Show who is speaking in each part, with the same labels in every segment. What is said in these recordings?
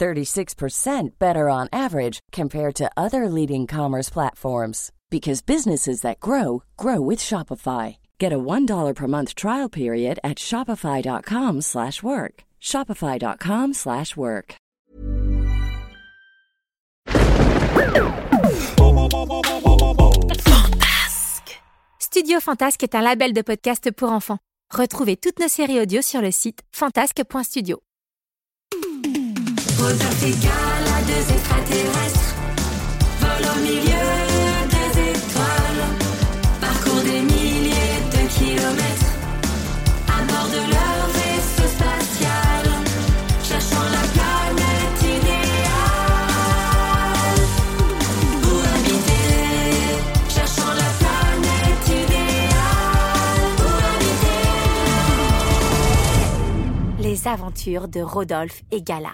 Speaker 1: 36% better on average compared to other leading commerce platforms because businesses that grow grow with Shopify. Get a $1 per month trial period at shopify.com/work. slash work. shopify.com/work. slash work.
Speaker 2: Studio Fantasque est un label de podcast pour enfants. Retrouvez toutes nos séries audio sur le site fantasque.studio.
Speaker 3: Odeur égale à deux extraterrestres. Vol au milieu des étoiles. Parcours des milliers de kilomètres. À bord de leur vaisseau spatial. Cherchant la planète idéale. Où habiter Cherchant la planète idéale. Où habiter
Speaker 2: Les aventures de Rodolphe et Gala.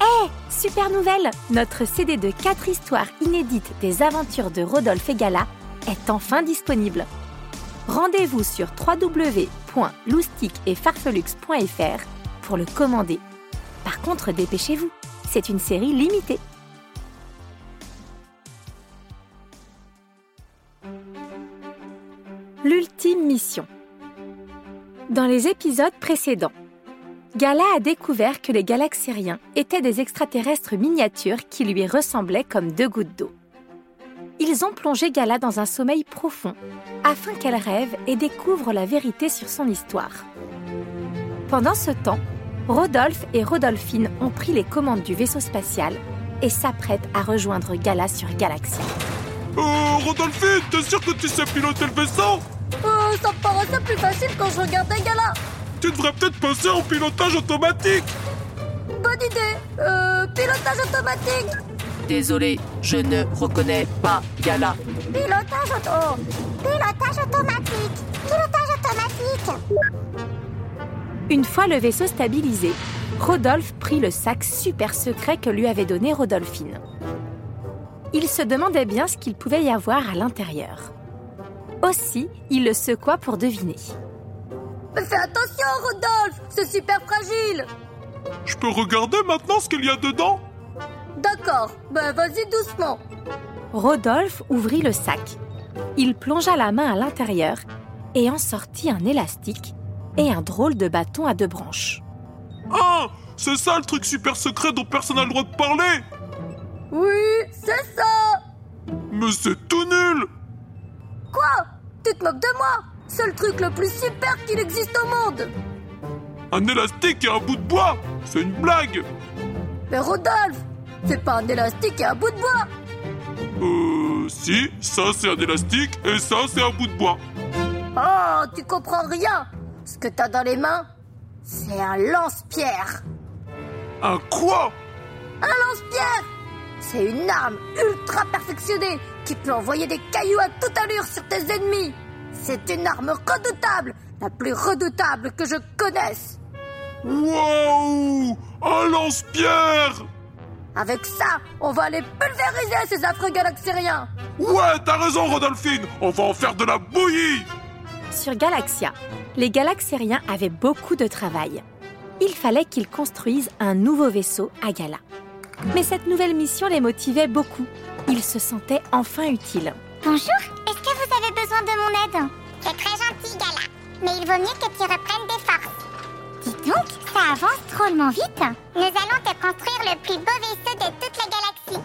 Speaker 2: Hé Super nouvelle Notre CD de 4 histoires inédites des aventures de Rodolphe et Gala est enfin disponible. Rendez-vous sur www.loustiqueetfarfelux.fr pour le commander. Par contre, dépêchez-vous, c'est une série limitée. L'ultime mission. Dans les épisodes précédents, Gala a découvert que les galaxériens étaient des extraterrestres miniatures qui lui ressemblaient comme deux gouttes d'eau. Ils ont plongé Gala dans un sommeil profond afin qu'elle rêve et découvre la vérité sur son histoire. Pendant ce temps, Rodolphe et Rodolphine ont pris les commandes du vaisseau spatial et s'apprêtent à rejoindre Gala sur Galaxie.
Speaker 4: Euh, Rodolphine, t'es sûr que tu sais piloter le vaisseau
Speaker 5: Euh, ça me paraissait plus facile quand je regardais Gala.
Speaker 4: Tu devrais peut-être passer en pilotage automatique
Speaker 5: Bonne idée. Euh, pilotage automatique.
Speaker 6: Désolé, je ne reconnais pas Gala.
Speaker 5: Pilotage auto. Pilotage automatique. Pilotage automatique.
Speaker 2: Une fois le vaisseau stabilisé, Rodolphe prit le sac super secret que lui avait donné Rodolphine. Il se demandait bien ce qu'il pouvait y avoir à l'intérieur. Aussi, il le secoua pour deviner.
Speaker 5: Mais fais attention, Rodolphe. C'est super fragile.
Speaker 4: Je peux regarder maintenant ce qu'il y a dedans
Speaker 5: D'accord. Ben vas-y doucement.
Speaker 2: Rodolphe ouvrit le sac. Il plongea la main à l'intérieur et en sortit un élastique et un drôle de bâton à deux branches.
Speaker 4: Ah C'est ça le truc super secret dont personne n'a le droit de parler
Speaker 5: Oui, c'est ça.
Speaker 4: Mais c'est tout nul
Speaker 5: Quoi Tu te moques de moi C'est le truc le plus super qu'il existe au monde.
Speaker 4: Un élastique et un bout de bois C'est une blague
Speaker 5: Mais Rodolphe, c'est pas un élastique et un bout de bois.
Speaker 4: Euh... Si, ça c'est un élastique et ça c'est un bout de bois.
Speaker 5: Oh, tu comprends rien. Ce que t'as dans les mains, c'est un lance-pierre.
Speaker 4: Un quoi
Speaker 5: Un lance-pierre C'est une arme ultra perfectionnée qui peut envoyer des cailloux à toute allure sur tes ennemis. C'est une arme redoutable, la plus redoutable que je connaisse.
Speaker 4: Waouh Un lance-pierre
Speaker 5: Avec ça, on va les pulvériser, ces affreux galaxériens.
Speaker 4: Ouais, t'as raison Rodolphine On va en faire de la bouillie
Speaker 2: Sur Galaxia, les galaxériens avaient beaucoup de travail. Il fallait qu'ils construisent un nouveau vaisseau à Gala. Mais cette nouvelle mission les motivait beaucoup. Ils se sentaient enfin utiles.
Speaker 7: Bonjour, est-ce que vous avez besoin de mon aide Tu es très gentil, Gala, mais il vaut mieux que tu reprennes des forces. Dis donc, ça avance drôlement vite. Nous allons te construire le plus beau vaisseau de toute la galaxie.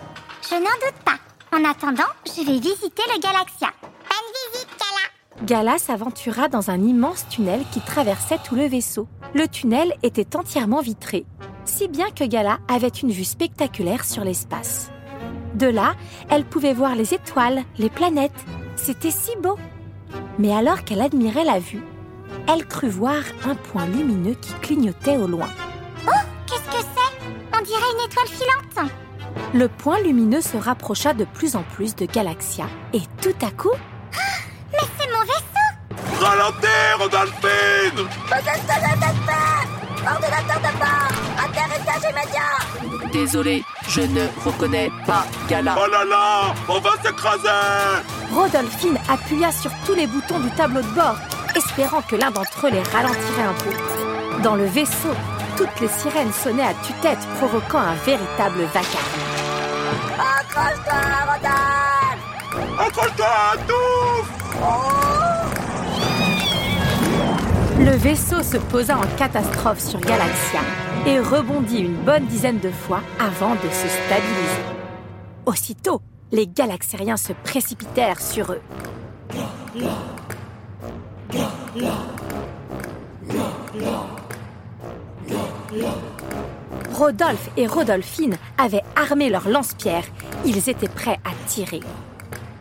Speaker 7: Je n'en doute pas. En attendant, je vais visiter le Galaxia. Bonne visite, Gala.
Speaker 2: Gala s'aventura dans un immense tunnel qui traversait tout le vaisseau. Le tunnel était entièrement vitré, si bien que Gala avait une vue spectaculaire sur l'espace. De là, elle pouvait voir les étoiles, les planètes. C'était si beau. Mais alors qu'elle admirait la vue, elle crut voir un point lumineux qui clignotait au loin.
Speaker 7: Qu'est-ce que c'est On dirait une étoile filante.
Speaker 2: Le point lumineux se rapprocha de plus en plus de Galaxia et tout à coup,
Speaker 7: Mais c'est mon vaisseau
Speaker 4: Ralentir, Rodolphine
Speaker 5: Possession de destin Ordinateur de bord Atterrissage immédiat
Speaker 6: Désolé, je ne reconnais pas Gala.
Speaker 4: Oh là là, on va s'écraser
Speaker 2: Rodolphine appuya sur tous les boutons du tableau de bord, espérant que l'un d'entre eux les ralentirait un peu. Dans le vaisseau, toutes les sirènes sonnaient à tue-tête, provoquant un véritable vacarme.
Speaker 5: Accroche-toi, Rodolphe
Speaker 4: Accroche-toi à tout
Speaker 2: Le vaisseau se posa en catastrophe sur Galaxia et rebondit une bonne dizaine de fois avant de se stabiliser. Aussitôt, les galaxériens se précipitèrent sur eux. Rodolphe et Rodolphine avaient armé leurs lance-pierres. Ils étaient prêts à tirer.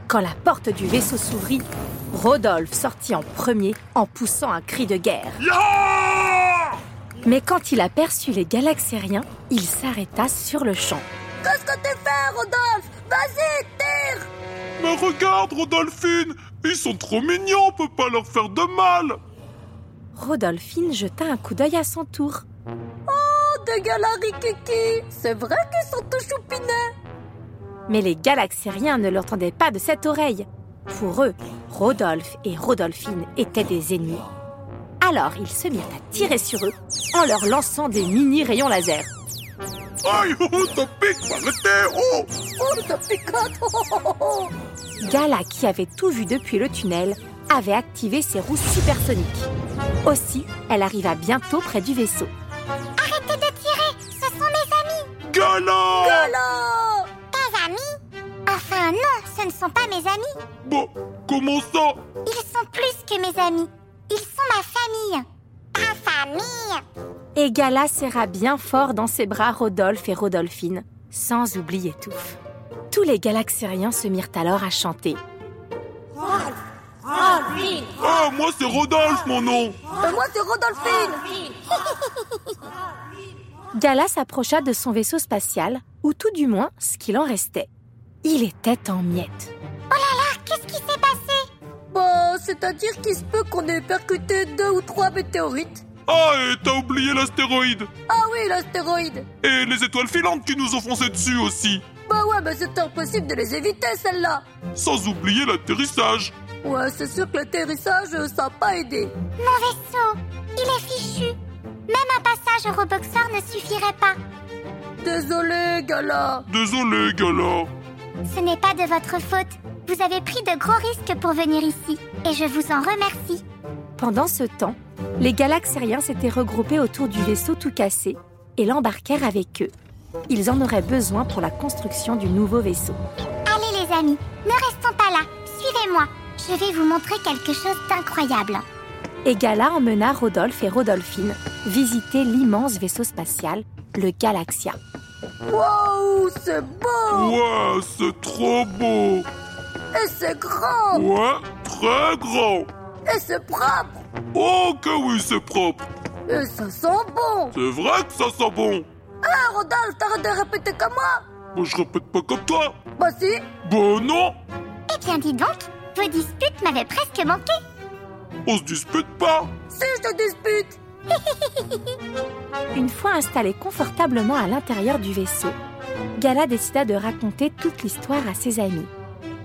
Speaker 2: Quand la porte du vaisseau s'ouvrit, Rodolphe sortit en premier en poussant un cri de guerre.
Speaker 4: Ya
Speaker 2: Mais quand il aperçut les galaxériens, il s'arrêta sur le champ.
Speaker 5: Qu'est-ce que tu fais, Rodolphe Vas-y, tire
Speaker 4: Mais regarde, Rodolphine Ils sont trop mignons, on peut pas leur faire de mal
Speaker 2: Rodolphine jeta un coup d'œil à son tour.
Speaker 5: Oh, dégueulasse, Kiki C'est vrai qu'ils sont tout choupinés
Speaker 2: Mais les galaxériens ne l'entendaient pas de cette oreille. Pour eux, Rodolphe et Rodolphine étaient des ennemis. Alors ils se mirent à tirer sur eux en leur lançant des mini-rayons laser.
Speaker 4: Aïe, oh, oh, ça pique, faut arrêter, oh
Speaker 5: Oh, ça picote oh, oh, oh, oh.
Speaker 2: Gala, qui avait tout vu depuis le tunnel, avait activé ses roues supersoniques. Aussi, elle arriva bientôt près du vaisseau.
Speaker 7: Arrêtez de tirer Ce sont mes amis
Speaker 4: Gala
Speaker 5: Voilà
Speaker 7: Tes amis Enfin non, ce ne sont pas mes amis
Speaker 4: Bon, comment ça
Speaker 7: Ils sont plus que mes amis Ils sont ma famille Ta famille
Speaker 2: Et Gala serra bien fort dans ses bras Rodolphe et Rodolphine, sans oublier Touffe. Tous les galaxériens se mirent alors à chanter.
Speaker 4: Ah, moi c'est Rodolphe, mon nom
Speaker 5: Mais moi, c'est Rodolphine
Speaker 2: Gala s'approcha de son vaisseau spatial, ou tout du moins ce qu'il en restait. Il était en miettes.
Speaker 7: Ah, qu'est-ce qui s'est passé
Speaker 5: Bon, c'est-à-dire qu'il se peut qu'on ait percuté deux ou trois météorites.
Speaker 4: Ah, et t'as oublié l'astéroïde
Speaker 5: Ah oui, l'astéroïde
Speaker 4: Et les étoiles filantes qui nous ont foncé dessus aussi
Speaker 5: Bah ouais, mais c'était impossible de les éviter, celles-là
Speaker 4: Sans oublier l'atterrissage
Speaker 5: Ouais, c'est sûr que l'atterrissage, euh, ça n'a pas aidé.
Speaker 7: Mon vaisseau, il est fichu Même un passage au Roboxor ne suffirait pas
Speaker 5: Désolé, Gala
Speaker 4: Désolé, Gala
Speaker 7: Ce n'est pas de votre faute Vous avez pris de gros risques pour venir ici, et je vous en remercie
Speaker 2: Pendant ce temps, les galaxériens s'étaient regroupés autour du vaisseau tout cassé et l'embarquèrent avec eux. Ils en auraient besoin pour la construction du nouveau vaisseau.
Speaker 7: Allez les amis, ne restons pas là Suivez-moi Je vais vous montrer quelque chose d'incroyable
Speaker 2: Et Gala emmena Rodolphe et Rodolphine visiter l'immense vaisseau spatial, le Galaxia.
Speaker 5: Waouh, c'est beau
Speaker 4: Ouais, c'est trop beau
Speaker 5: Et c'est grand
Speaker 4: Ouais, très grand
Speaker 5: Et c'est propre
Speaker 4: Oh que oui, c'est propre
Speaker 5: Et ça sent bon
Speaker 4: C'est vrai que ça sent bon
Speaker 5: Ah, Rodolphe, t'arrêtes de répéter comme moi
Speaker 4: Moi, je répète pas comme toi
Speaker 5: Bah si
Speaker 4: Bon, non
Speaker 7: Eh bien dis donc, vos disputes m'avaient presque manqué
Speaker 4: On se dispute pas
Speaker 5: Si je te dispute
Speaker 2: Une fois installés confortablement à l'intérieur du vaisseau, Gala décida de raconter toute l'histoire à ses amis.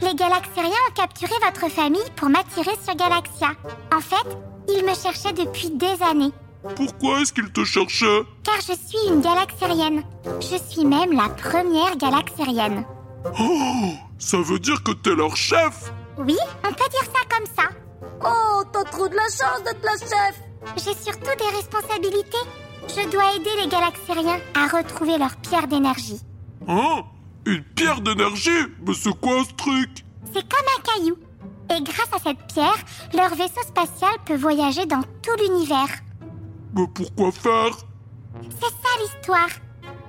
Speaker 7: Les Galaxériens ont capturé votre famille pour m'attirer sur Galaxia. En fait, ils me cherchaient depuis des années,
Speaker 4: Pourquoi est-ce qu'il te cherchait
Speaker 7: car je suis une Galaxérienne. Je suis même la première Galaxérienne.
Speaker 4: Oh Ça veut dire que t'es leur chef
Speaker 7: Oui, on peut dire ça comme ça.
Speaker 5: Oh, t'as trop de la chance d'être la chef
Speaker 7: J'ai surtout des responsabilités. Je dois aider les Galaxériens à retrouver leur pierre d'énergie.
Speaker 4: Hein Une pierre d'énergie Mais c'est quoi ce truc
Speaker 7: C'est comme un caillou. Et grâce à cette pierre, leur vaisseau spatial peut voyager dans tout l'univers.
Speaker 4: Mais pourquoi faire
Speaker 7: C'est ça l'histoire.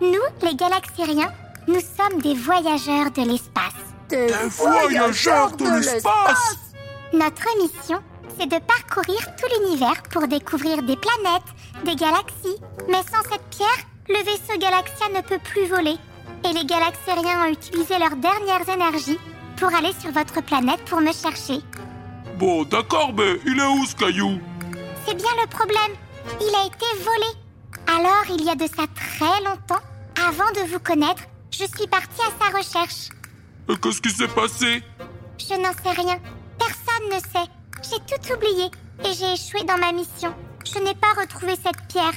Speaker 7: Nous, les Galaxériens, nous sommes des voyageurs de l'espace.
Speaker 5: T'es
Speaker 4: Des voyageurs de l'espace
Speaker 7: Notre mission, c'est de parcourir tout l'univers pour découvrir des planètes, des galaxies. Mais sans cette pierre, le vaisseau Galaxia ne peut plus voler. Et les galaxériens ont utilisé leurs dernières énergies pour aller sur votre planète pour me chercher.
Speaker 4: Bon, d'accord, mais il est où ce caillou
Speaker 7: C'est bien le problème. Il a été volé. Alors, il y a de ça très longtemps, avant de vous connaître, je suis partie à sa recherche.
Speaker 4: Et qu'est-ce qui s'est passé
Speaker 7: Je n'en sais rien. Personne ne sait. J'ai tout oublié et j'ai échoué dans ma mission. Je n'ai pas retrouvé cette pierre.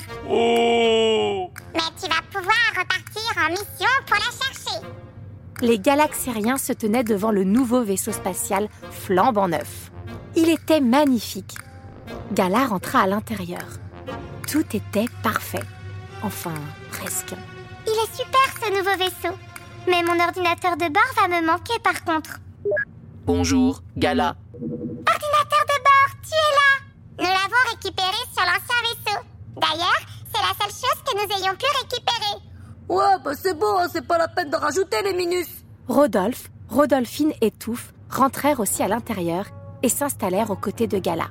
Speaker 4: Oh
Speaker 7: Mais tu vas pouvoir repartir en mission pour la chercher.
Speaker 2: Les galaxériens se tenaient devant le nouveau vaisseau spatial flambant neuf. Il était magnifique. Gala rentra à l'intérieur. Tout était parfait. Enfin, presque.
Speaker 7: Il est super ce nouveau vaisseau. Mais mon ordinateur de bord va me manquer par contre.
Speaker 6: Bonjour, Gala.
Speaker 7: Ordinateur de bord, tu es là Nous l'avons récupéré sur l'ancien vaisseau. D'ailleurs, c'est la seule chose que nous ayons pu récupérer.
Speaker 5: Ouais, bah c'est bon, hein, c'est pas la peine de rajouter les minus.
Speaker 2: Rodolphe, Rodolphine et Touffe rentrèrent aussi à l'intérieur et s'installèrent aux côtés de Gala.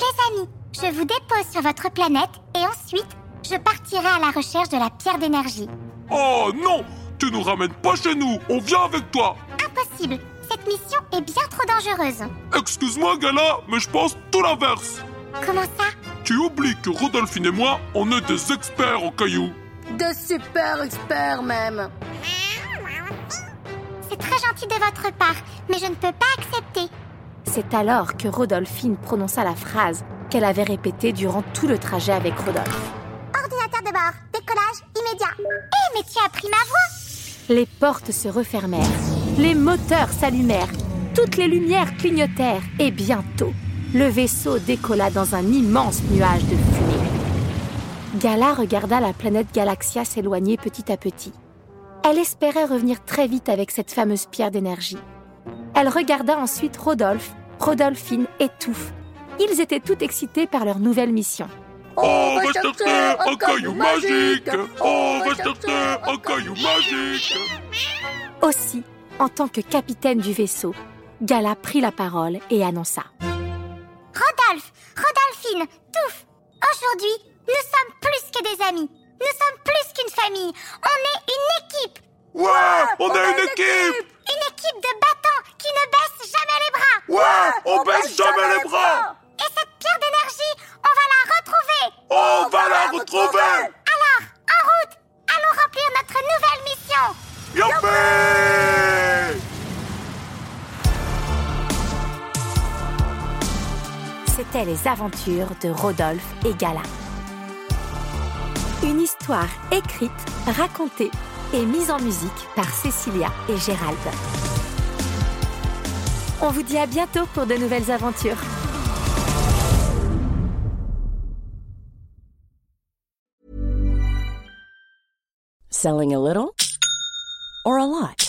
Speaker 7: Les amis, je vous dépose sur votre planète et ensuite, je partirai à la recherche de la pierre d'énergie.
Speaker 4: Oh non Tu nous ramènes pas chez nous On vient avec toi
Speaker 7: Impossible, cette mission est bien trop dangereuse.
Speaker 4: Excuse-moi, Gala, mais je pense tout l'inverse
Speaker 7: Comment ça
Speaker 4: Tu oublies que Rodolphine et moi, on est des experts en cailloux
Speaker 5: De super experts même.
Speaker 7: C'est très gentil de votre part, mais je ne peux pas accepter.
Speaker 2: C'est alors que Rodolphine prononça la phrase qu'elle avait répétée durant tout le trajet avec Rodolphe.
Speaker 7: Ordinateur de bord, décollage immédiat. Eh, mais tu as pris ma voix
Speaker 2: Les portes se refermèrent, les moteurs s'allumèrent, toutes les lumières clignotèrent et bientôt, le vaisseau décolla dans un immense nuage de fumée. Gala regarda la planète Galaxia s'éloigner petit à petit. Elle espérait revenir très vite avec cette fameuse pierre d'énergie. Elle regarda ensuite Rodolphe, Rodolphine et Touffe. Ils étaient tout excités par leur nouvelle mission.
Speaker 4: On va chercher Oh, un caillou magique On va chercher un caillou magique
Speaker 2: Aussi, en tant que capitaine du vaisseau, Gala prit la parole et annonça.
Speaker 7: Rodolphe, Rodolphine, Touffe, aujourd'hui, nous sommes plus que des amis. Nous sommes plus qu'une famille. On est une équipe.
Speaker 4: Ouais On a une équipe
Speaker 7: Une équipe de battants qui ne baisse jamais les bras.
Speaker 4: Ouais On baisse jamais les bras
Speaker 7: Et cette pierre d'énergie, on va la retrouver.
Speaker 4: On va la retrouver
Speaker 7: Alors, en route, allons remplir notre nouvelle mission.
Speaker 4: Youpi
Speaker 2: C'était les aventures de Rodolphe et Gala. Une histoire écrite, racontée et mise en musique par Cécilia et Gérald. On vous dit à bientôt pour de nouvelles aventures.
Speaker 1: Selling a little or a lot?